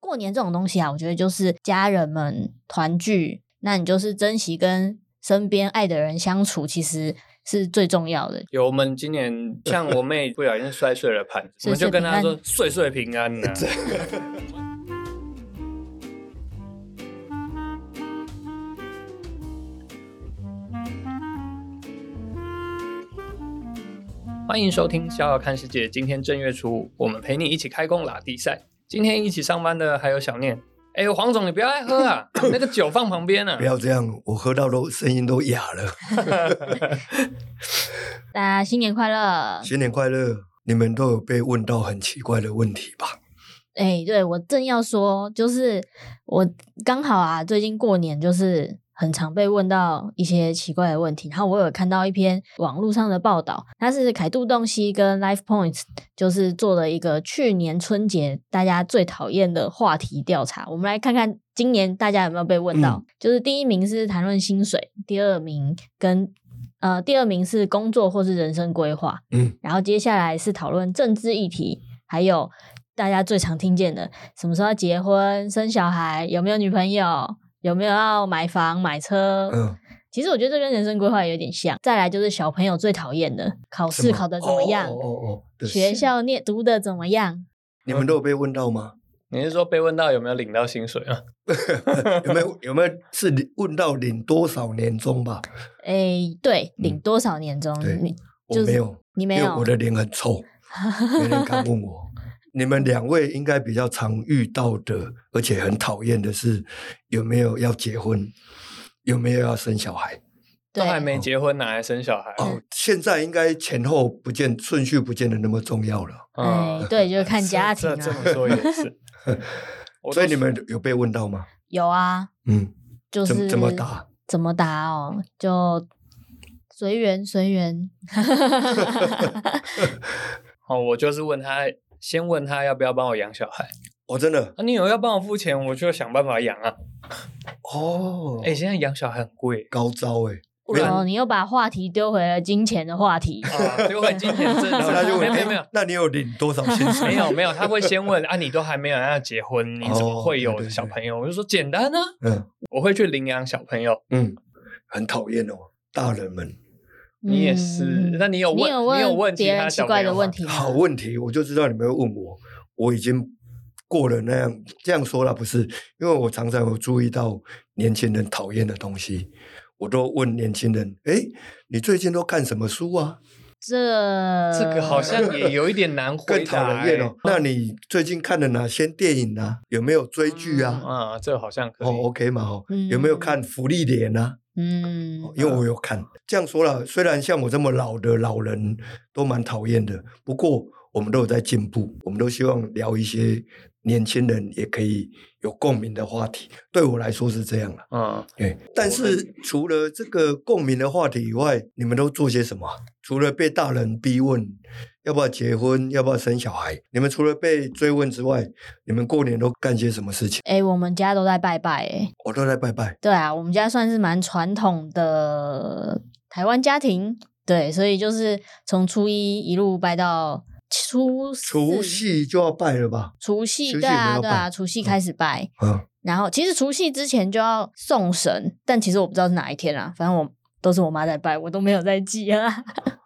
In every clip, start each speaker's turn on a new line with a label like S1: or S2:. S1: 过年这种东西啊，我觉得就是家人们团聚，那你就是珍惜跟身边爱的人相处，其实是最重要的。
S2: 有我们今 年像我妹不小心摔碎了盘，我们就跟她说岁岁平安呐、 欢迎收听《逍遥看世界》，今天正月初五，我们陪你一起开工拉低赛。今天一起上班的还有小念，哎、黄总你不要爱喝 啊，那个酒放旁边啊
S3: 不。要这样，我喝到都声音都哑了。
S1: 大家新年快乐！
S3: 新年快乐！你们都有被问到很奇怪的问题吧？
S1: 哎、对我正要说，就是我刚好啊，最近过年就是很常被问到一些奇怪的问题，然后我有看到一篇网络上的报道，它是凯度洞悉跟 Life Points 就是做了一个去年春节大家最讨厌的话题调查，我们来看看今年大家有没有被问到。就是第一名是谈论薪水，第二名跟呃第二名是工作或是人生规划，
S3: 嗯
S1: 然后接下来是讨论政治议题，还有大家最常听见的什么时候要结婚、生小孩、有没有女朋友、有没有要买房、买车。
S3: 嗯，
S1: 其实我觉得这跟人生规划有点像。再来就是小朋友最讨厌的考
S3: 什
S1: 试
S3: 么
S1: 考得怎么样，
S3: 哦哦哦哦，对
S1: 学校念读的怎么样。
S3: 你们都有被问到吗？
S2: 你是说被问到有没有领到薪水啊？
S3: 有没有有没有是领问到领多少年终吧？
S1: 哎，对，领
S3: 嗯
S1: 多少年终？
S3: 对
S1: 你
S3: 我
S1: 就是
S3: 没有，
S1: 你没
S3: 因为
S1: 有
S3: 我的脸 很臭，没人敢问我。你们两位应该比较常遇到的，而且很讨厌的是，有没有要结婚，有没有要生小孩？
S2: 都
S1: 对
S2: 还没结婚，哪来生小孩？啊
S3: 哦，现在应该前后不见顺序，不见得那么重要了。。
S1: 哎
S2: 嗯，
S1: 对，就是看家庭
S2: 这这
S1: 啊
S2: 么，说也是
S3: 所以你们有被问到吗？
S1: 有啊，
S3: 嗯，
S1: 就
S3: 怎
S1: 是
S3: 怎么答？
S1: 怎么答哦，就随缘随缘。
S2: 哦，我就是问他，先问他要不要帮我养小孩。
S3: 我、哦真的
S2: 啊，你有要帮我付钱，我就想办法养啊。
S3: 哦，
S2: 哎、现在养小孩很贵
S3: 高招哎、
S2: 不然
S1: 哦，你又把话题丢回了金钱的话题。
S2: 啊，所以我很金钱政策。
S3: 然后他就
S2: 没
S3: 问：“
S2: 有没有没
S3: 哎、
S2: 有
S3: 那你有领多少薪水？”
S2: 没有没有，他会先问啊，你都还没有要结婚，你怎
S3: 哦
S2: 么会有小朋友？我就说简单啊，
S3: 嗯
S2: 我会去领养小朋友。
S3: 嗯，很讨厌哦，大人们
S2: 你也是
S1: 嗯，
S2: 那你有问
S1: 你有问
S2: 你有问其
S1: 别
S2: 他
S1: 人奇
S2: 小
S1: 怪
S2: 朋友
S1: 的
S2: 吗
S1: 问题吗？
S3: 好问题，我就知道你们会问我，我已经过了那样这样说了，不是？因为我常常有注意到年轻人讨厌的东西，我都问年轻人：“哎、你最近都看什么书啊
S1: 这
S2: 这个好像也有一点难？”
S3: 更
S2: 回
S3: 讨
S2: 答、
S3: 人
S2: 欸。
S3: 厌哦。那你最近看了哪些电影啊？有没有追剧啊？
S2: 嗯啊，这个好像可以。
S3: 哦，OK 嘛，哦，
S1: 嗯
S3: 有没有看《福利脸》啊？
S1: 嗯，
S3: 因为我有看。这样说了，虽然像我这么老的老人都蛮讨厌的，不过我们都有在进步，我们都希望聊一些年轻人也可以有共鸣的话题。对我来说是这样了。
S2: 嗯，
S3: 对，但是除了这个共鸣的话题以外，你们都做些什么啊？除了被大人逼问要不要结婚、要不要生小孩，你们除了被追问之外，你们过年都干些什么事情？
S1: 哎、我们家都在拜拜哎、
S3: 我都在拜拜。
S1: 对啊，我们家算是蛮传统的台湾家庭，对，所以就是从初一一路拜到初四
S3: 除夕就要拜了吧？
S1: 除夕
S3: 除夕
S1: 对
S3: 也没
S1: 啊
S3: 有
S1: 对
S3: 拜
S1: 啊，除
S2: 嗯
S1: 夕开始拜，
S3: 啊，
S1: 然后其实除夕之前就要送神，但其实我不知道是哪一天啊啦，反正我都是我妈在拜，我都没有在记啊。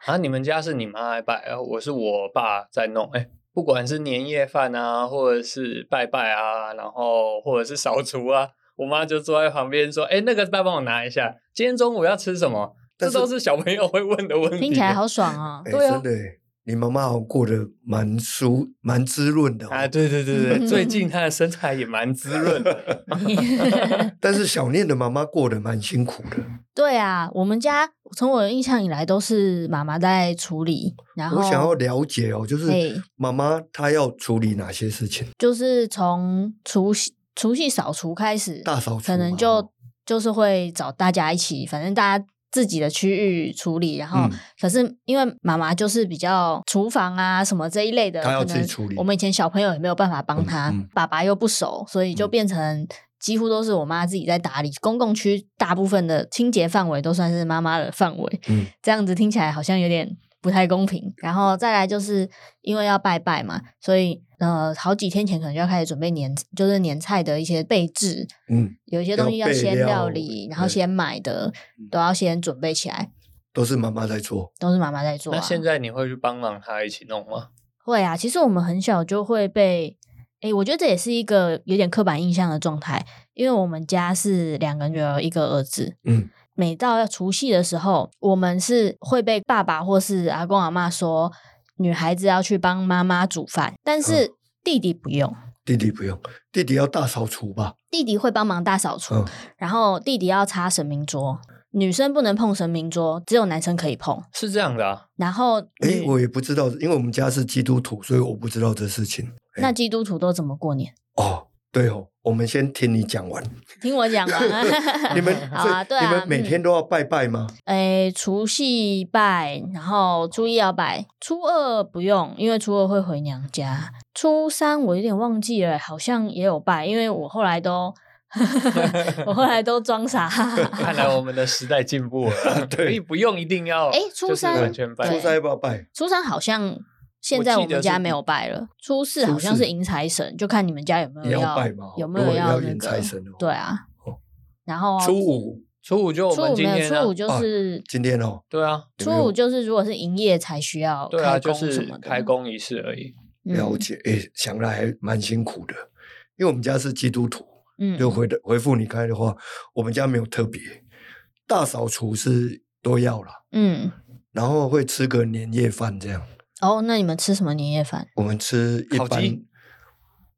S2: 啊，你们家是你妈来拜，啊，我是我爸在弄。哎、不管是年夜饭啊，或者是拜拜啊，然后或者是扫除啊，我妈就坐在旁边说：“哎、那个再帮我拿一下，今天中午要吃什么？”这
S3: 但是
S2: 都是小朋友会问的问题。
S1: 听起来好爽哦
S3: 哎、！
S2: 对啊
S3: 真的耶，你妈妈好像过得蛮舒蛮滋润的、哦
S2: 啊！对对对对，最近她的身材也蛮滋 润的。
S3: 但是小念的妈妈过得蛮辛苦的。
S1: 对啊，我们家从我有印象以来都是妈妈在处理，然后
S3: 我想要了解哦，就是
S1: 哎
S3: 妈妈她要处理哪些事情？
S1: 就是从除夕除夕扫除开始，
S3: 大扫除
S1: 可能
S3: 嘛
S1: 就
S3: 哦
S1: 就是会找大家一起，反正大家自己的区域处理。然后，
S3: 嗯
S1: 可是因为妈妈就是比较厨房啊什么这一类的，
S3: 她要
S1: 可
S3: 自己
S1: 能
S3: 处理
S1: 我们以前小朋友也没有办法帮她，
S3: 嗯嗯
S1: 爸爸又不熟，所以就
S3: 嗯
S1: 变成。几乎都是我妈自己在打理，公共区大部分的清洁范围都算是妈妈的范围。
S3: 嗯
S1: 这样子听起来好像有点不太公平。然后再来就是因为要拜拜嘛，所以呃好几天前可能就要开始准备年就是年菜的一些备制，
S3: 嗯，
S1: 有一些东西要先
S3: 要备料
S1: 料理，然后
S3: 对嗯
S1: 先买的都要先准备起来，
S3: 都是妈妈在做，
S1: 都是妈妈在做、啊。
S2: 那现在你会去帮忙他一起弄吗？
S1: 会啊，其实我们很小就会被，诶，我觉得这也是一个有点刻板印象的状态，因为我们家是两个女儿一个儿子，
S3: 嗯，
S1: 每到要除夕的时候，我们是会被爸爸或是阿公阿妈说女孩子要去帮妈妈煮饭，但
S3: 嗯
S1: 是弟弟不用，
S3: 弟弟不用，弟弟要大扫除吧，
S1: 弟弟会帮忙大扫除，
S3: 嗯，
S1: 然后弟弟要擦神明桌，女生不能碰神明桌，只有男生可以碰。
S2: 是这样的啊，
S1: 然后
S3: 诶，
S1: 女，
S3: 我也不知道，因为我们家是基督徒，所以我不知道这事情。
S1: 那基督徒都怎么过年？
S3: 哦，对哦，我们先听你 讲完。
S1: 听我讲 完啊，
S3: 你们
S1: 好啊
S3: 所以
S1: 对啊
S3: 你们每天都要拜拜吗？
S1: 诶，除夕拜，然后初一要拜，初二不用，因为初二会回娘家。初三我有点忘记了，好像也有拜，因为我后来都， 我后来都装傻。
S2: 看来我们的时代进 步了，啊
S3: 对
S2: 所以不用一定要
S1: 诶哎初
S2: 就是
S1: 三
S2: 完全
S1: 嗯
S2: 拜
S1: 对
S3: 初三要不要拜？
S1: 初三好像现
S2: 我
S1: 在
S2: 记
S1: 我
S2: 得
S1: 们家
S2: 是
S1: 没有拜了，初四
S3: 初
S1: 好像是
S3: 四
S1: 迎财神，就看你们家有没有
S3: 也要拜嘛
S1: 有没
S3: 如
S1: 有
S3: 果要
S1: 那
S3: 迎
S1: 个
S3: 财神哦
S1: 对啊，然后
S3: 初五
S2: 初五就我
S1: 初
S2: 们
S1: 五
S2: 今
S1: 没有，
S2: 天
S1: 初五
S2: 呢，
S1: 就是。
S3: 今天哦，
S2: 对啊，
S1: 初五就是，如果是营业才需要
S2: 对啊，
S1: 开
S2: 就
S1: 工什
S2: 是
S1: 么的，
S2: 开工仪式 而已。
S1: 嗯
S3: 了解。诶，想来还蛮辛苦的，因为我们家是基督徒。
S1: 嗯，
S3: 就回的回复你开的话，我们家没有特别，大扫除是都要啦，
S1: 嗯，
S3: 然后会吃个年夜饭这样。
S1: 哦，那你们吃什么年夜饭？
S3: 我们吃一
S2: 烤鸡
S3: 般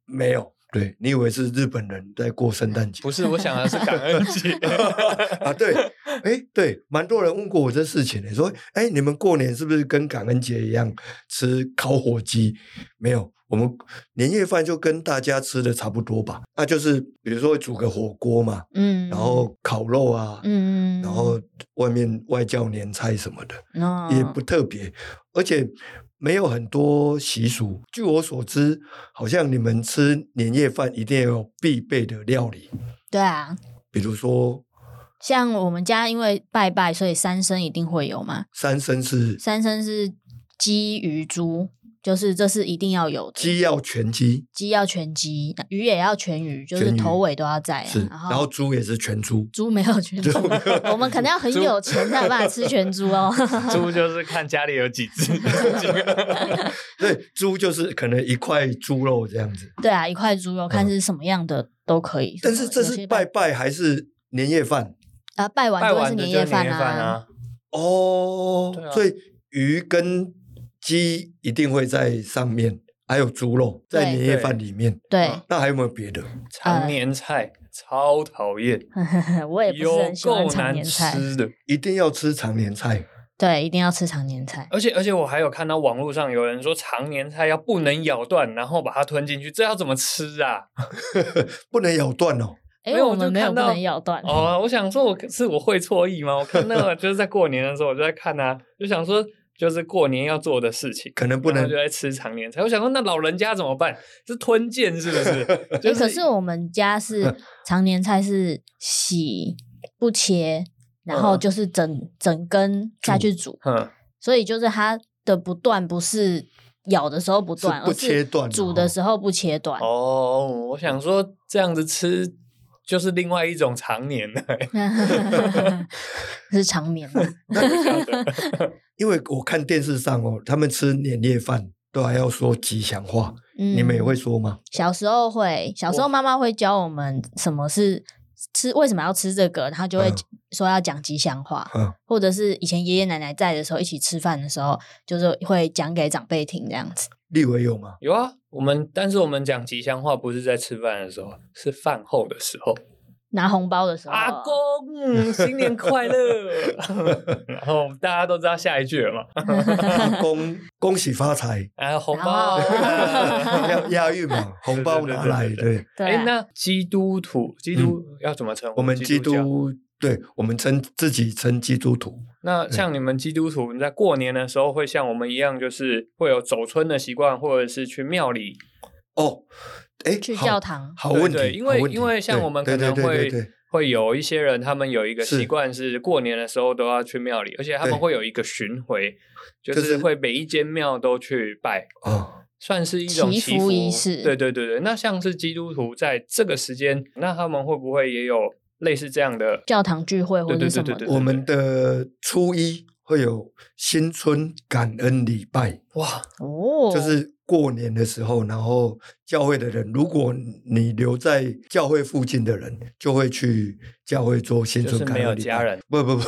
S3: 没有，对你以为是日本人在过圣诞节？
S2: 不是，我想的是感恩 节。
S3: 啊，对，哎，对，蛮多人问过我这事情的，说，哎，你们过年是不是跟感恩节一样吃烤火鸡？没有，我们年夜饭就跟大家吃的差不多吧。那、就是比如说会煮个火锅嘛，
S1: 嗯，
S3: 然后烤肉啊，
S1: 嗯，
S3: 然后外面外教年菜什么的、
S1: 那
S3: 也不特别，而且没有很多习俗。据我所知，好像你们吃年夜饭一定要有必备的料理，
S1: 对啊，
S3: 比如说
S1: 像我们家因为拜拜，所以三牲一定会有嘛。
S3: 三牲是
S1: 三牲是鸡、鱼、猪，就是这是一定要有的。
S3: 鸡要全鸡，
S1: 鸡要全鸡，鱼也要全鱼，就是
S3: 全鱼
S1: 头尾都要在、啊。
S3: 是，
S1: 然
S3: 然后猪也是全猪。
S1: 猪没有全猪，我们可能要很有钱才有办法吃全猪哦。
S2: 猪就是看家里有几只，
S3: 对，猪就是可能一块猪肉这 样子，
S1: 对啊，一块猪肉看是什么样的都可以。
S3: 嗯但是这
S1: 有
S3: 是
S1: 些
S3: 拜拜还是年夜饭？
S1: 啊、拜完
S2: 拜
S1: 就会是
S2: 完的就
S1: 夜
S2: 饭
S1: 饭啊。，
S3: 哦，
S2: 对啊
S3: 所以鱼跟鸡一定会在上面，还有猪肉在
S1: 对
S3: 年夜饭里面。
S1: 对
S2: 嗯，
S3: 那还有没有别的？
S2: 常年菜超讨厌，
S1: 呃
S3: 啊
S1: 我也不是
S2: 有
S1: 很喜欢
S2: 够
S1: 常
S2: 难
S1: 年菜。
S2: 吃的。
S3: 一定要吃常年菜，
S1: 对，一定要吃常年菜。
S2: 而且而且我还有看到网络上有人说常年菜要不能咬断，然后把它吞进去，这要怎么吃啊？
S3: 不能咬断哦。
S1: 哎、
S2: 没有
S1: 我
S2: 我
S1: 们
S2: 就
S1: 没有
S2: 看
S1: 不
S2: 到
S1: 能咬断。
S2: 哦，我想说我是我会错意吗？我看那个就是在过年的时候我就在看啊，就想说就是过年要做的事情。
S3: 可能不
S2: 然
S3: 能
S2: 后就在吃常年菜，我想说那老人家怎么办？是吞剑是不是？
S1: 诶
S2: 就
S1: 可是我们家是常年菜是洗不切，然后
S2: 嗯
S1: 就是整整根下去煮，
S2: 嗯，
S1: 所以就是它的不断不是咬的时候不断，
S3: 是不切断
S1: 而
S3: 的
S1: 是煮的时候不切断。
S2: 哦，我想说这样子吃就是另外一种常年了、
S1: 是长眠嘛，
S3: 因为我看电视上哦，他们吃年夜饭都还要说吉祥话，
S1: 嗯
S3: 你们也会说吗？
S1: 小时候会，小时候
S2: 我
S1: 妈妈会教我们什么是吃，为什么要吃这个，然后就会
S3: 嗯
S1: 说要讲吉祥话，
S3: 嗯
S1: 或者是以前爷爷奶奶在的时候，一起吃饭的时候，就是会讲给长辈听这样子。
S3: 立伟有 吗？
S2: 有啊，我们但是我们讲吉祥话不是在吃饭的时候，是饭后的时候。
S3: 哦
S1: 拿红包的时候，
S2: 阿公，新年快 乐！然后大家都知道下一句了嘛，，
S3: 恭恭喜 发财
S2: 啊，红包。
S1: 然后
S3: 要押韵嘛，红包拿来。
S2: 对对
S3: 对，嗯
S1: 对
S2: 哎
S1: 啊，，
S2: 那基督徒，基督要怎么称呼？
S3: 我们基
S2: 教
S3: 督，对我们称自己称基督徒，
S2: 那像你们基督徒，你在过年的时候会像我们一样，就是会有走村的习惯，或者是去庙里。
S3: 哦，哎，
S1: 去
S3: 好
S1: 教堂
S3: 好问
S2: 对对
S3: 题，
S2: 因
S3: 好
S2: 为
S3: 问题
S2: 因为像
S3: 对
S2: 我们可
S3: 对
S2: 能
S3: 对对对
S2: 会
S3: 对
S2: 会有一些人，他们有一个
S3: 是
S2: 习惯是过年的时候都要去庙里，而且他们
S3: 对
S2: 会有一个巡回，就
S3: 就是
S2: 是会每一间庙都去拜。
S3: 哦，
S2: 算是一种
S1: 祈
S2: 祈
S1: 福
S2: 福
S1: 仪式
S2: 对对对对，那像是基督徒在这个时间，那他们会不会也有类似这样的？
S1: 教堂聚会或者
S2: 对对
S1: 什么
S2: 对
S1: 的，
S2: 对对
S3: 我们的初一会有新春感恩礼拜，
S2: 哇，
S1: 哦，
S3: 就是过年的时候，然后教会的人，如果你留在教会附近的人，就会去教会做新
S2: 就
S3: 春
S2: 是
S3: 感
S2: 没
S3: 恩礼拜。
S2: 有
S3: 啊
S2: 家人
S3: 不不不，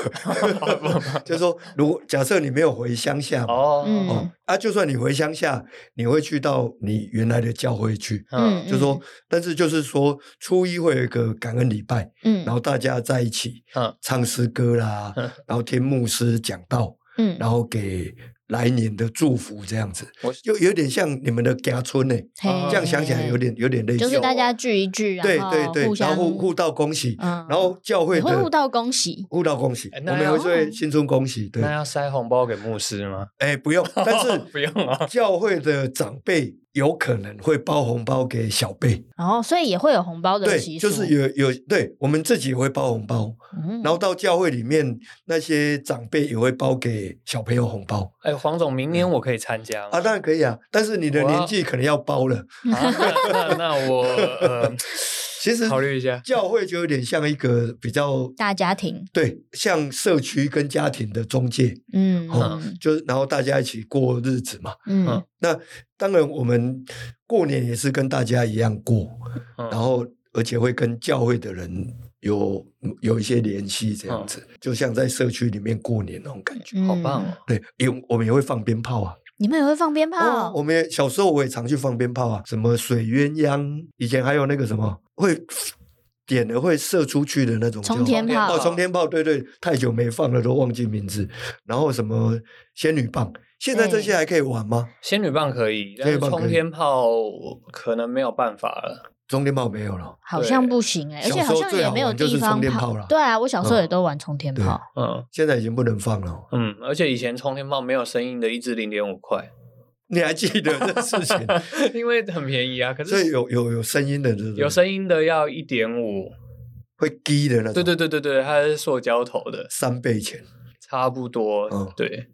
S3: 就是说，如果假设你没有回乡下嘛，
S2: 哦，
S1: 嗯
S3: 哦啊，就算你回乡下，你会去到你原来的教会去，
S1: 嗯，
S3: 啊就说，但是就是说，初一会有一个感恩礼拜，
S1: 嗯，
S3: 然后大家在一起
S2: 嗯
S3: 唱诗歌啦，
S2: 嗯
S3: 然后听牧师讲道，
S1: 嗯，
S3: 然后给来年的祝福这样子
S2: 我，哦
S3: 就有点像你们的家村呢、
S1: 嘿
S3: 这样想起来有点有点类似，
S1: 就是大家聚一聚，
S3: 对
S1: 后
S3: 对对，
S1: 互
S3: 然
S1: 相
S3: 后互互道恭喜，
S1: 嗯
S3: 然后教会
S1: 也会
S3: 的
S1: 互道恭喜，
S3: 互道恭喜，
S2: 哎
S3: 我
S2: 那
S3: 们
S2: 要
S3: 会对新春恭喜，对，
S2: 那要塞红包给牧师吗？
S3: 哎不用，但
S2: 不
S3: 是
S2: 用啊，
S3: 教会的长辈有可能会包红包给小辈，
S1: 然后所以也会有红包的
S3: 对
S1: 习，俗，
S3: 就是有有对我们自己也会包红包，
S1: 嗯，
S3: 然后到教会里面，那些长辈也会包给小朋友红包
S2: 哎，黄总，明年我可以参加吗？
S3: 啊，当然可以啊，但是你的
S2: 哇
S3: 年纪可能要包了。
S2: 啊那那那我呃，
S3: 其实
S2: 考虑一下
S3: 教会就有点像一个比较
S1: 大家庭，
S3: 对，像社区跟家庭的中介，
S1: 嗯
S3: 哦就是然后大家一起过日子嘛。
S1: 嗯
S3: 那当然，我们过年也是跟大家一样过，
S2: 嗯
S3: 然后而且会跟教会的人有有一些联系，这
S2: 嗯
S3: 样子，就像在社区里面过年那种感觉。
S1: 嗯，
S2: 好棒哦！
S3: 对，因为我们也会放鞭炮啊。
S1: 你们也会放鞭炮
S3: 哦，我，们也小时候我也常去放鞭炮啊，什么水鸳鸯，以前还有那个什么会点了会射出去的那种叫
S1: 冲天炮
S3: 哦，冲天炮，对对，太久没放了，都忘记名字。然后什么仙女棒，现在这些还可以玩吗？
S2: 仙女棒可以，但
S3: 仙
S2: 是
S3: 女棒可以
S2: 冲天炮可能没有办法了。
S3: 冲天炮没有了，
S1: 好像不行哎，而且
S3: 小时
S1: 好
S3: 候
S1: 像
S3: 最
S1: 也
S3: 好
S1: 没有
S3: 玩就是
S1: 地方
S3: 冲天
S1: 跑
S3: 炮啦
S1: 对啊，我小时候
S3: 嗯
S1: 也都玩冲天
S3: 对
S1: 炮，
S2: 嗯
S3: 现在已经不能放 了。
S2: 嗯，而且以前冲天炮没有声音的，一支零点五块，
S3: 你还记得这事 情？
S2: 因为很便宜啊。可
S3: 所以
S2: 是
S3: 有有有声音的，对不对
S2: 有声音的要一点五，
S3: 会滴的那种，
S2: 对对，对对对，它是塑胶头的，
S3: 三倍钱。
S2: 差不多。
S3: 嗯
S2: 对，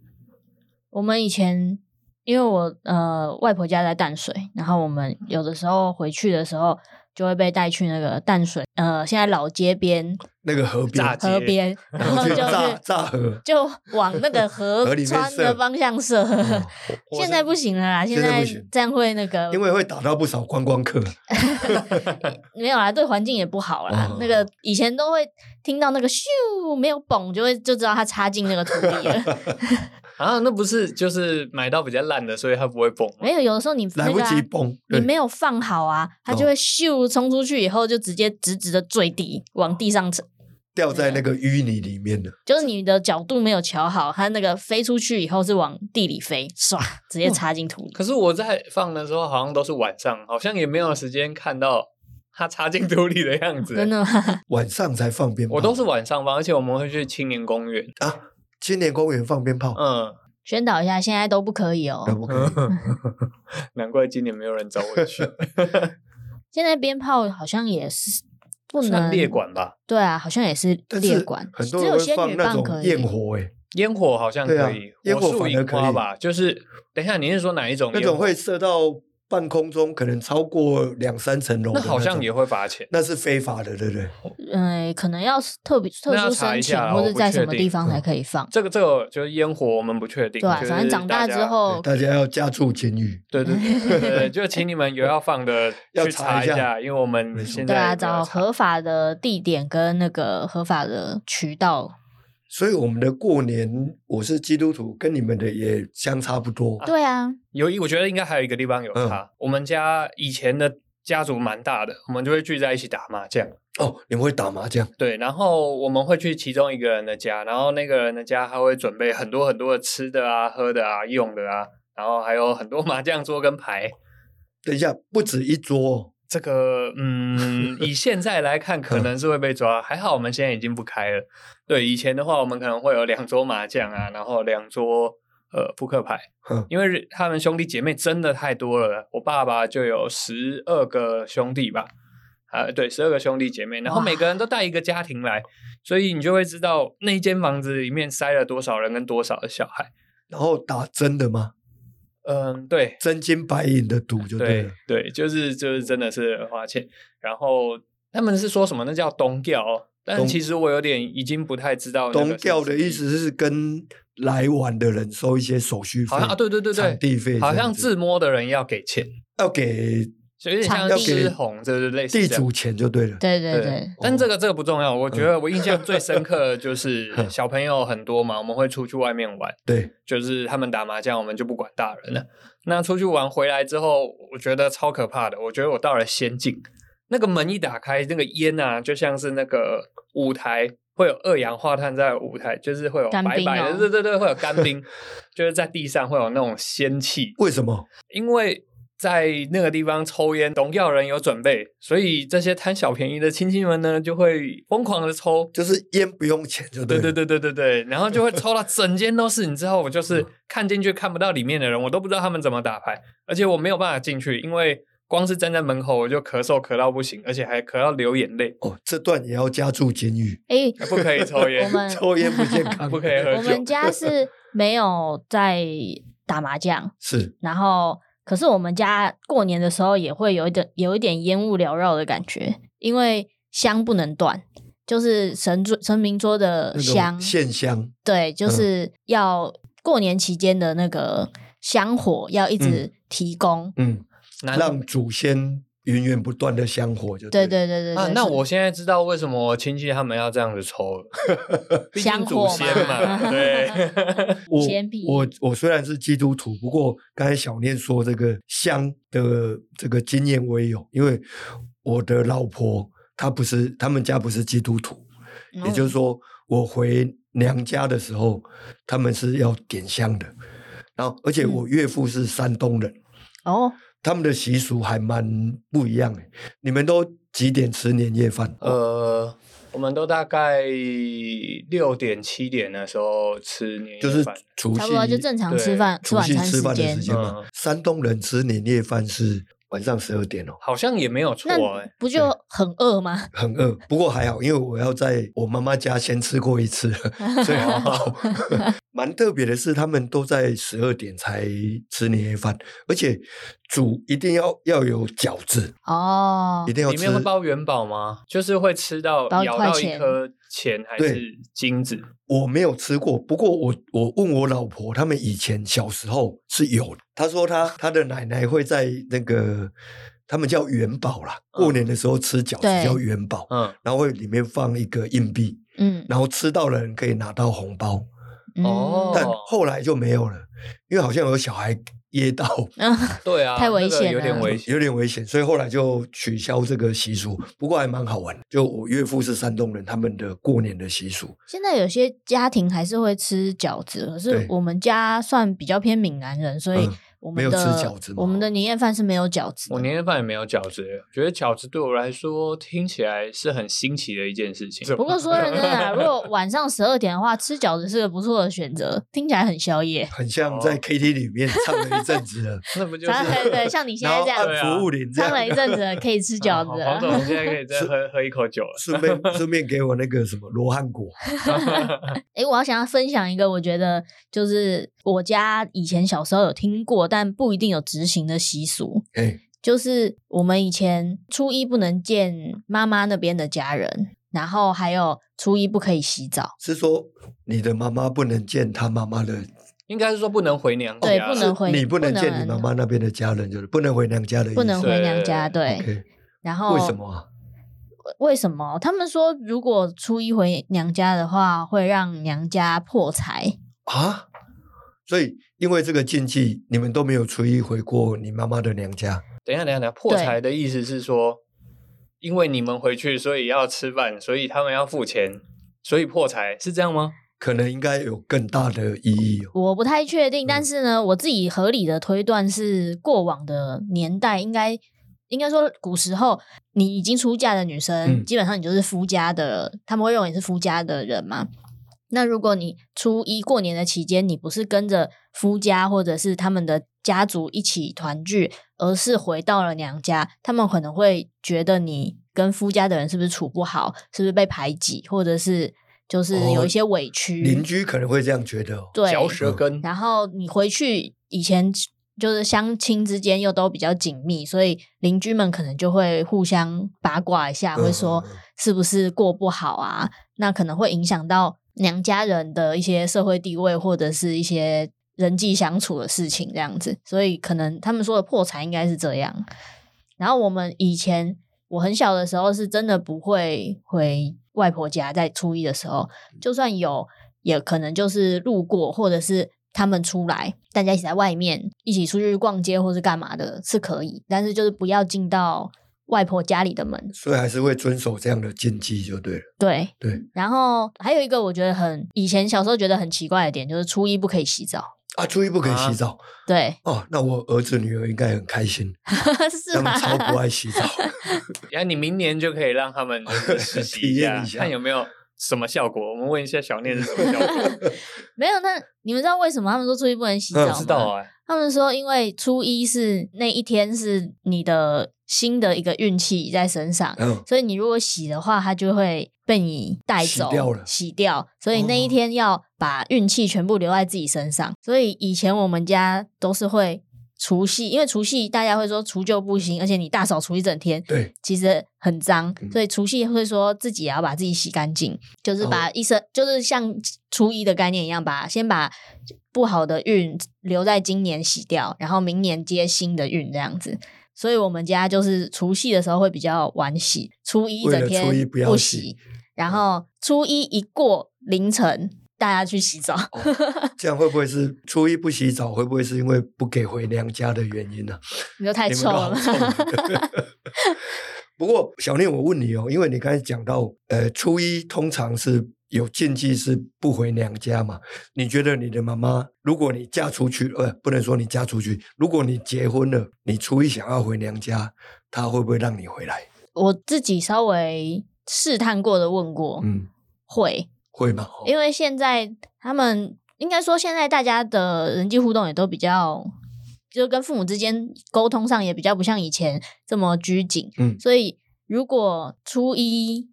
S1: 我们以前因为我呃外婆家在淡水，然后我们有的时候回去的时候就会被带去那个淡水呃现在老街边
S3: 那个河边
S2: 炸，街
S1: 河边，然后就去
S3: 去炸炸河，
S1: 就往那个
S3: 河
S1: 河
S3: 里面
S1: 川的
S3: 射
S1: 方向射。
S3: 哦
S1: 现在不行了啦，现
S3: 现在
S1: 在
S3: 不行
S1: 这样会那个
S3: 因为会打到不少观光客。
S1: 没有啦，对环境也不好啦。
S3: 哦
S1: 那个以前都会听到那个咻，没有嘣，就会就知道它插进那个土里了。
S2: 啊，那不是就是买到比较烂的，所以它不会崩吗？
S1: 没有，有的时候你那
S3: 来不
S1: 个啊
S3: 及崩，
S1: 你
S3: 对
S1: 没有放好啊，它就会咻冲出去以后就直接直直的坠地，往地上沉。
S3: 掉在那
S2: 啊
S3: 个淤泥里面的，
S1: 就是你的角度没有调好，它那个飞出去以后是往地里飞，唰，直接插进土里。
S2: 可是我在放的时候好像都是晚上，好像也没有时间看到它插进土里的样子。
S1: 真的吗？
S3: 晚上才放鞭炮。
S2: 我都是晚上放，而且我们会去青年公园。
S3: 青年公园放鞭炮，嗯
S2: 嗯，
S1: 宣导一下，现在都不可以哦。
S3: 可不可以？
S2: 难怪今年没有人找我去，
S1: 现在鞭炮好像也是 不
S2: 算
S1: 能
S2: 列，管吧？
S1: 对啊，好像也是
S3: 但
S1: 列
S3: 是
S1: 管，
S3: 很
S1: 只
S3: 多人
S1: 有
S3: 会
S1: 仙
S3: 放
S1: 女
S3: 那
S1: 棒可
S3: 种
S1: 以。
S3: 焰火，哎，
S2: 烟火好像
S3: 对啊
S2: 可以，
S3: 烟火
S2: 火树
S3: 反而
S2: 银
S3: 可
S2: 花
S3: 以
S2: 吧？就是等一下，你是说哪一种
S3: 那
S2: 烟火？
S3: 种会射到半空中，可能超过两三层楼
S2: 那
S3: 的种。
S2: 好像也会罚钱。
S3: 那是非法的，对不对？
S1: 嗯，可能要是特别特
S2: 那要
S1: 殊
S2: 查
S1: 申
S2: 一
S1: 请，
S2: 下
S1: 或
S2: 我
S1: 者
S2: 不
S1: 在什
S2: 确
S1: 么
S2: 定
S1: 地方才可以放。
S2: 这个这个就是烟火，我们不确定。
S1: 对啊，
S2: 就是
S1: 反正长大
S2: 家
S1: 之，后
S3: 大家要加注监狱，
S2: 对对对对对对，就请你们有要放的
S3: 要
S2: 去
S3: 查
S2: 查
S3: 一
S2: 一
S3: 下
S2: 下，因为我们现在
S1: 对啊，
S2: 也没有
S1: 找
S2: 查
S1: 合法的地点跟那个合法的渠道。
S3: 所以我们的过年，我是基督徒，跟你们的也相差不多。
S1: 对啊，
S2: 有一，我觉得应该还有一个地方有差。我们家以前的家族蛮大的，我们就会聚在一起打麻将。
S3: 哦，你们会打麻将，
S2: 对，然后我们会去其中一个人的家，然后那个人的家他会准备很多很多的吃的啊、喝的啊、用的啊，然后还有很多麻将桌跟牌。
S3: 等一下不止一桌哦，
S2: 这个，嗯，以现在来看，可能是会被抓。还好我们现在已经不开了。对，以前的话，我们可能会有两桌麻将啊，然后两桌呃扑克牌
S3: 哼，
S2: 因为他们兄弟姐妹真的太多了。我爸爸就有十二个兄弟吧，啊，对，十二个兄弟姐妹，然后
S1: 哇
S2: 每个人都带一个家庭来，所以你就会知道那一间房子里面塞了多少人跟多少的小孩。
S3: 然后打真的吗？
S2: 嗯，对
S3: 真金白银的赌就对了
S2: 对。对，就是就是真的是花钱。然后他们是说什么？那叫东调哦，但
S3: 东
S2: 其实我有点已经不太知道那个
S3: 东
S2: 是
S3: 调
S2: 什么
S3: 的意思是跟来玩的人收一些手续费
S2: 好像啊，对对对对，
S3: 场地费这样子，
S2: 好像自摸的人要给钱，
S3: 要给
S2: 所以有点
S1: 场
S2: 像
S1: 地
S2: 吃红，就是类似
S3: 地
S2: 这样
S3: 主钱就对了。
S1: 对对对，
S2: 但这个这个不重要，我觉得我印象最深刻的就是小朋友很多嘛，我们会出去外面玩，
S3: 对，
S2: 就是他们打麻将，我们就不管大人了。那出去玩回来之后，我觉得超可怕的，我觉得我到了仙境，那个门一打开，那个烟啊，就像是那个舞台。会有二氧化碳在舞台，就是会有
S1: 干
S2: 白
S1: 冰
S2: 白的，
S1: 哦
S2: 对对对，会有干冰， 就是在地上会有那种仙气，
S3: 为什么？
S2: 因为在那个地方抽烟，懂要人有准备，所以这些贪小便宜的亲戚们呢，就会疯狂的抽。
S3: 就是烟不用钱就
S2: 对
S3: 了。
S2: 对对对对对，然后就会 抽到整间都是。你之后我
S1: 嗯
S2: 就是看进去看不到里面的人，我都不知道他们怎么打牌，而且我没有办法进去，因为光是站在门口我就咳嗽咳到不行，而且还咳到流眼泪，
S3: 哦，这段也要加注警语，
S1: 哎，
S2: 不可以 抽
S1: 我
S2: 烟，
S1: 们
S3: 抽烟不 健康，
S2: 不可以喝
S1: 嗯我
S2: 酒
S1: 们家 是没有在打麻将，
S3: 是
S1: 然后可是我们家过年的时候也会有一点有一点烟雾缭绕的感觉，因为香不能断，就是神桌神明桌的
S3: 那种
S1: 香，
S3: 线香，
S1: 对，
S2: 嗯
S1: 就是要过年期间的那个香火要
S2: 嗯
S1: 一直提供。
S3: 嗯，
S2: 难啊
S3: 让祖先源源不断的香火就
S1: 对对对
S3: 对了。
S1: 对对
S2: 啊，那
S1: 是
S2: 我现在知道为什么亲戚他们要这样子抽了，毕竟
S1: 香
S2: 祖
S1: 火
S2: 先
S1: 嘛
S2: 嘛， 对。
S3: 我
S1: 先辟
S3: 我我虽然是基督徒，不过刚才小念说这个香的这个经验我也有，因为我的老婆她不是他们家不是基督徒，
S1: 嗯
S3: 也就是说，我回娘家的时候，他们是要点香的。然后，而且
S1: 嗯
S3: 我岳父是山东人，
S1: 哦，
S3: 他们的习俗还蛮不一样的。你们都几点吃年夜饭？
S2: 呃，我们都大概六点七点的时候吃年夜
S3: 就是
S2: 饭
S3: 除夕，
S1: 差不多就正常吃
S2: 对
S1: 饭
S3: 除
S1: 晚
S3: 夕
S1: 餐
S3: 吃
S1: 时
S3: 饭的
S1: 间
S3: 时。间嘛。
S2: 嗯
S3: 山东人吃年夜饭是晚上十二点哦，
S2: 好像也没有错
S1: 那
S2: 哎、
S1: 不就很饿吗？
S3: 很饿。不过还好，因为我要在我妈妈家先吃过一次， 所以还好。蛮特别的是，他们都在十二点才吃年夜饭，而且煮一定要要有饺子，
S1: 哦
S3: 一，定要
S2: 里
S3: 吃
S2: 面会包元宝吗？就是会吃到
S1: 包一
S2: 咬
S1: 块
S2: 到一
S1: 钱
S2: 颗钱还
S3: 对
S2: 是金子？
S3: 我没有吃过，不过我我问我老婆，他们以前小时候是有的。她说她她的奶奶会在那个他们叫元宝啦，
S2: 嗯
S3: 过年的时候吃饺
S1: 对
S3: 子叫元宝，
S2: 嗯，
S3: 然后会里面放一个硬币，
S1: 嗯，
S3: 然后吃到了人可以拿到红包，
S1: 嗯
S2: 哦
S3: 但后来就没有了，因为好像有小孩噎到，
S2: 对啊，
S1: 太危
S2: 那个
S1: 险
S2: 有点
S1: 了
S2: 危险。
S3: 有点危险，所以后来就取消这个习俗。不过还蛮好玩的，就我岳父是山东人，他们的过年的习俗，
S1: 现在有些家庭还是会吃饺子，可是
S3: 对
S1: 我们家算比较偏闽南人，所以
S3: 嗯
S1: 我
S3: 没
S1: 们
S3: 有
S1: 的、
S3: 吃饺子吗
S1: 我们的年夜饭是没有饺子的。
S2: 我年夜饭也没有饺子耶，觉得饺子对我来说听起来是很新奇的一件事情。
S1: 不过说认真的啊，如果晚上十二点的话，吃饺子是个不错的选择，听起来很宵夜。
S3: 很像在 KT 里面唱了一阵子了。
S2: 那不哦 就是
S1: 然后 对对，像你现
S3: 然
S1: 在
S3: 后
S1: 这样子
S2: 对，啊
S3: 按服务铃这
S1: 唱了
S3: 样，
S1: 一阵子，可以吃饺子
S2: 啊好黄
S1: 了。
S2: 总现在可以再喝喝一口酒了。
S3: 顺便顺便给我那个什么罗汉果，
S1: 诶，我要想要分享一个，我觉得就是我家以前小时候有听过，但不一定有执行的习俗，
S3: 哎，
S1: 就是我们以前初一不能见妈妈那边的家人，然后还有初一不可以洗澡，
S3: 是说你的妈妈不能见她妈妈的，
S2: 应该是说不能回娘家，
S1: 对不能回
S3: 你不能
S1: 不能
S3: 见你妈妈那边的家人，就是不能回娘家的意思。
S1: 不能回哦娘家。对，
S3: OK，
S1: 然后
S3: 为什么啊？
S1: 为什么？他们说，如果初一回娘家的话，会让娘家破财。
S3: 啊？所以因为这个禁忌，你们都没有初一回过你妈妈的娘家，
S2: 等一下，等一下，等一下，破财的意思是说，因为你们回去，所以要吃饭，所以他们要付钱，所以破财是这样吗？
S3: 可能应该有更大的意义哦。
S1: 我不太确定，但是呢，我自己合理的推断是，过往的年代应该应该说古时候，你已经出嫁的女生，
S3: 嗯
S1: 基本上你就是夫家的，他们会认为你是夫家的人嘛。那如果你初一过年的期间，你不是跟着夫家或者是他们的家族一起团聚，而是回到了娘家，他们可能会觉得你跟夫家的人是不是处不好，是不是被排挤，或者是就是
S3: 哦
S1: 有一些委屈。
S3: 邻居可能会这样觉得哦。
S1: 对，嗯
S2: 嚼舌根，
S1: 然后你回去以前就是相亲之间又都比较紧密，所以邻居们可能就会互相八卦一下，会说
S3: 嗯嗯嗯
S1: 是不是过不好啊？那可能会影响到娘家人的一些社会地位或者是一些人际相处的事情，这样子。所以可能他们说的破财应该是这样。然后我们以前我很小的时候是真的不会回外婆家，在初一的时候，
S3: 嗯
S1: 就算有，也可能就是路过，或者是他们出来，大家一起在外面一起出去逛街或是干嘛的，是可以，但是就是不要进到外婆家里的门。
S3: 所以还是会遵守这样的禁忌就对了。
S1: 对，
S3: 对
S1: 然后还有一个我觉得很以前小时候觉得很奇怪的点，就是初一不可以洗澡。
S3: 啊，初一不可以洗澡、
S1: 对，
S3: 哦。那我儿子女儿应该很开心，
S1: 是
S3: 他
S1: 吗
S3: 们？超不爱洗澡。
S2: 然后你明年就可以让他们 就是实习
S3: 体验
S2: 下，
S3: 一下
S2: 看有没有什么效果。我们问一下小念是什么效 果？
S1: 没有，那你们知道为什么他们说初一不能洗澡
S3: 嗯
S1: 吗？
S2: 不知道 哎、
S1: 他们说，因为初一是那一天是你的新的一个运气在身上，
S3: 嗯，
S1: 所以你如果洗的话，它就会被你带
S3: 洗
S1: 走，
S3: 掉了
S1: 洗掉所以那一
S3: 哦
S1: 天要把运气全部留在自己身上。所以以前我们家都是会除夕，因为除夕大家会说除旧布新，而且你大扫除一整天，
S3: 对，
S1: 其实很脏，
S3: 嗯
S1: 所以除夕会说自己也要把自己洗干净，就是
S3: 哦
S1: 把一身，就是像初一的概念一样把先把不好的运留在今年洗掉，然后明年接新的运这样子。所以我们家就是除夕的时候会比较晚洗，初一一整
S3: 为了初一
S1: 天
S3: 不要洗嗯
S1: 洗，然后初一一过凌晨大家去洗澡，
S3: 哦这样会不会是初一不洗澡？会不会是因为不给回娘家的原因呢、
S1: 你就太
S3: 你们
S1: 臭
S3: 都
S1: 了
S3: 好。臭。哦 不过，小念，我问你哦，因为你刚才讲到，呃，初一通常是有禁忌是不回娘家嘛。你觉得你的妈妈，如果你嫁出去，呃，不能说你嫁出去，如果你结婚了，你初一想要回娘家，她会不会让你回来？
S1: 我自己稍微试探过的问过，
S3: 嗯，
S1: 会，
S3: 会吗？
S1: 哦因为现在他们应该说，现在大家的人际互动也都比较，就跟父母之间沟通上也比较不像以前这么拘谨。
S3: 嗯
S1: 所以如果初一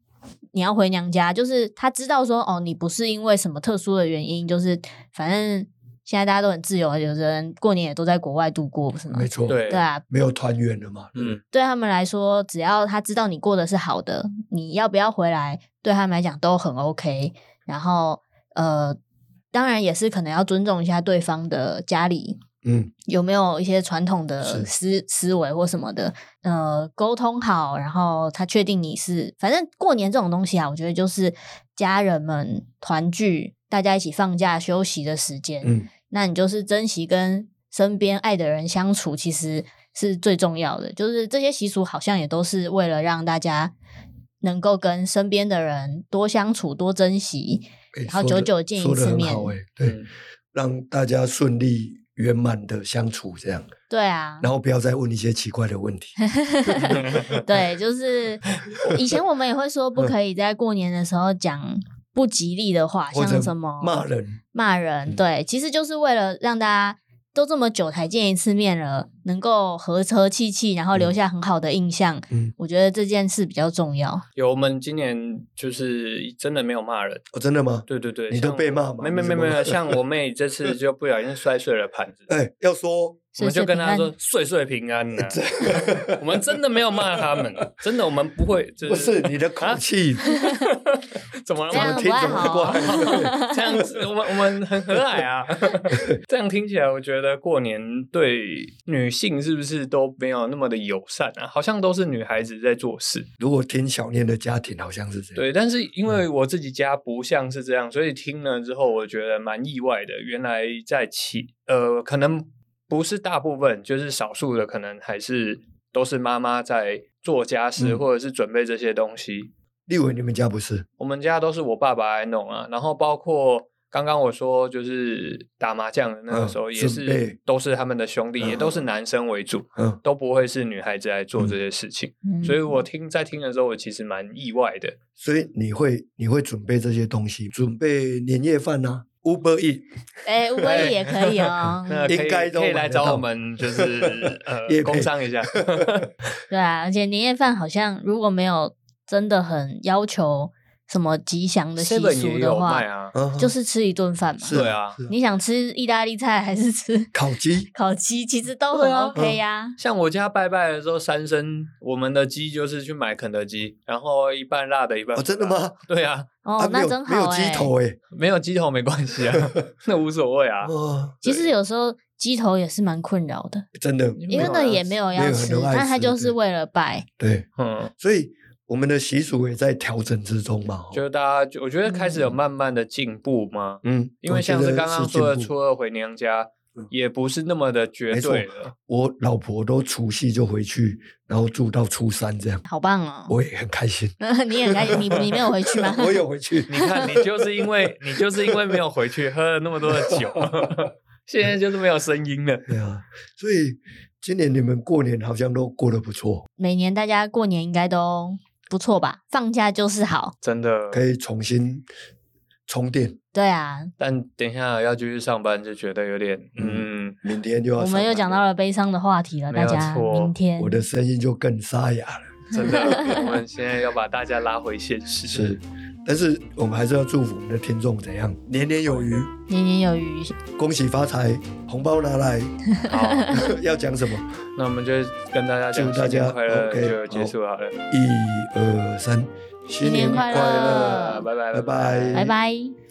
S1: 你要回娘家，就是他知道说，哦，你不是因为什么特殊的原因，就是反正现在大家都很自由，有的人过年也都在国外度过，不是吗
S3: 哦没？错，，
S2: 对
S1: 对啊，
S3: 没有团圆了嘛。
S2: 嗯，
S1: 对他们来说，只要他知道你过得是好的，你要不要回来，对他们来讲都很 OK。然后，呃，当然也是可能要尊重一下对方的家里
S3: 嗯，
S1: 有没有一些传统的
S3: 是
S1: 思思维或什么的，呃，沟通好，然后他确定你是，反正过年这种东西啊，我觉得就是家人们团聚，大家一起放假休息的时间，
S3: 嗯，
S1: 那你就是珍惜跟身边爱的人相处，其实是最重要的。就是这些习俗好像也都是为了让大家能够跟身边的人多相处、多珍惜。
S3: 诶
S1: 然后
S3: 说得
S1: 久久见一
S3: 说得
S1: 次
S3: 很
S1: 面
S3: 好诶对，
S2: 嗯
S3: 让大家顺利圆满的相处，这样，
S1: 对啊，
S3: 然后不要再问一些奇怪的问题。
S1: 对， 就是以前我们也会说不可以在过年的时候讲不吉利的话，
S3: 或者
S1: 像什么
S3: 骂人，
S1: 骂人，
S3: 嗯
S1: 对，其实就是为了让大家都这么久才见一次面了，能够和和气气，然后留下很好的印象。
S3: 嗯，
S1: 我觉得这件事比较重要。
S2: 有我们今年就是真的没有骂人，
S3: 哦，真的吗？
S2: 对对对，
S3: 你都
S2: 像
S3: 被骂吗
S2: 没没
S3: 你
S2: 没
S3: 怎么
S2: 没有，
S3: 骂，
S2: 像我妹这次就不小心摔碎了盘子
S3: 哎，要说
S2: 我
S1: 岁
S2: 们就
S1: 岁
S2: 跟
S1: 平
S2: 她
S1: 安
S2: 说岁岁平安 呐、 我们真的没有骂他们，真的我们不会，就
S3: 不是你的
S2: 啊
S3: 口气，
S2: 怎么了
S1: 这
S2: 吗
S1: 样
S3: 我
S1: 很
S3: 听
S1: 不爱
S3: 怎么
S1: 好
S3: 怪？
S2: 这样子，我们我们很和蔼啊。这样听起来，我觉得过年对女性是不是都没有那么的友善啊？好像都是女孩子在做事。
S3: 如果听小念的家庭，好像是这样。
S2: 对，但是因为
S3: 嗯
S2: 我自己家不像是这样，所以听了之后，我觉得蛮意外的。原来在起呃，可能不是大部分，就是少数的，可能还是都是妈妈在做家事、
S3: 嗯
S2: 或者是准备这些东西。
S3: 立伟，你们家不是？
S2: 我们家都是我爸爸来弄啊，然后包括刚刚我说就是打麻将的那个时候，
S3: 嗯
S2: 也
S3: 准备
S2: 是都是他们的兄弟，也都是男生为主，
S3: 嗯，
S2: 都不会是女孩子来做这些事情。
S1: 嗯
S2: 所以我听在听的时候，我其实蛮意外的。。
S3: 所以你会你会准备这些东西，准备年夜饭呐、啊、，Uber E
S1: 哎，乌龟也可以哦
S2: 那可以
S3: 应该都
S2: 可以
S3: 买
S2: 来
S3: 得
S2: 找
S3: 到
S2: 我们，就是 呃
S3: 业配
S2: 工商一下。
S1: 对啊，而且年夜饭好像如果没有真的很要求什么吉祥的习
S2: Seven
S1: 俗
S2: 也
S1: 的
S2: 有
S1: 话，
S2: 卖啊，
S3: 啊
S1: 就是吃一顿饭嘛。
S3: 是
S2: 对啊，
S3: 是
S1: 你想吃意大利菜还是吃
S3: 烤鸡，
S1: 烤鸡，其实都
S2: 对
S1: 很
S2: 啊
S1: OK 呀、
S2: 像我家拜拜的时候，三牲我们的鸡就是去买肯德基，然后一半辣的，一半
S3: 哦，
S2: 不
S3: 真的
S2: 辣？
S3: 吗？
S2: 对啊，
S3: 啊，
S1: 哦，
S3: 没
S1: 那
S3: 有
S1: 真
S3: 没有
S1: 好哎、
S3: 鸡头哎，
S2: 没有鸡头没关系啊， 那无所谓啊。
S3: 哦，
S1: 其实有时候鸡头也是蛮困扰的，
S3: 真的
S2: 因为
S1: 因为那也没有
S3: 没
S1: 要
S3: 有
S1: 吃，
S3: 人爱
S1: 但它
S3: 吃
S1: 就
S3: 对
S1: 是为了拜。
S3: 对，
S2: 嗯，
S3: 所以我们的习俗也在调整之中嘛。哦
S2: 就大家就我觉得开始有慢慢的进步嘛，
S3: 嗯，
S2: 因
S3: 我
S2: 为
S3: 觉
S2: 像是
S3: 得
S2: 刚刚
S3: 是
S2: 说的
S3: 进步
S2: 初二回娘家
S3: 嗯，
S2: 也不是那么的绝
S3: 没错
S2: 对了。
S3: 我老婆都除夕就回去，然后住到初三这样，
S1: 好棒哦！
S3: 我也很 开心。？
S1: 你很开心，你你没有回去吗
S3: 我有 回去，
S2: 你看，你就是因为你就是因为没有回去，喝了那么多的 酒，现在就是没有声音了。
S3: 对啊，所以今年你们过年好像都过得不错，
S1: 每年大家过年应该都不错吧？放假就是好。
S2: 真的，
S3: 可以重新充电，
S1: 对啊，
S2: 但等一下要继续上班，就觉得有点嗯，
S3: 明天就要。
S1: 我们又讲到，了悲伤的话题了，
S2: 没
S1: 大
S2: 有
S1: 家
S2: 错
S1: 明天
S3: 我的声音就更沙哑了。
S2: 真 的，我们现在要把大家拉回现实。
S3: 是，但是我们还是要祝福我们的听众怎样，年年有余，
S1: 年年有余。
S3: 恭喜发财，红包拿来。
S2: 好，
S3: 要讲什么？
S2: 那我们就跟大家讲
S3: 祝大
S2: 新
S3: 家
S2: 年快乐，
S3: OK，
S2: 就结束好了。
S3: 一二三，新
S1: 年快乐
S2: 拜拜，
S3: 拜拜
S2: 嗯
S1: 拜拜。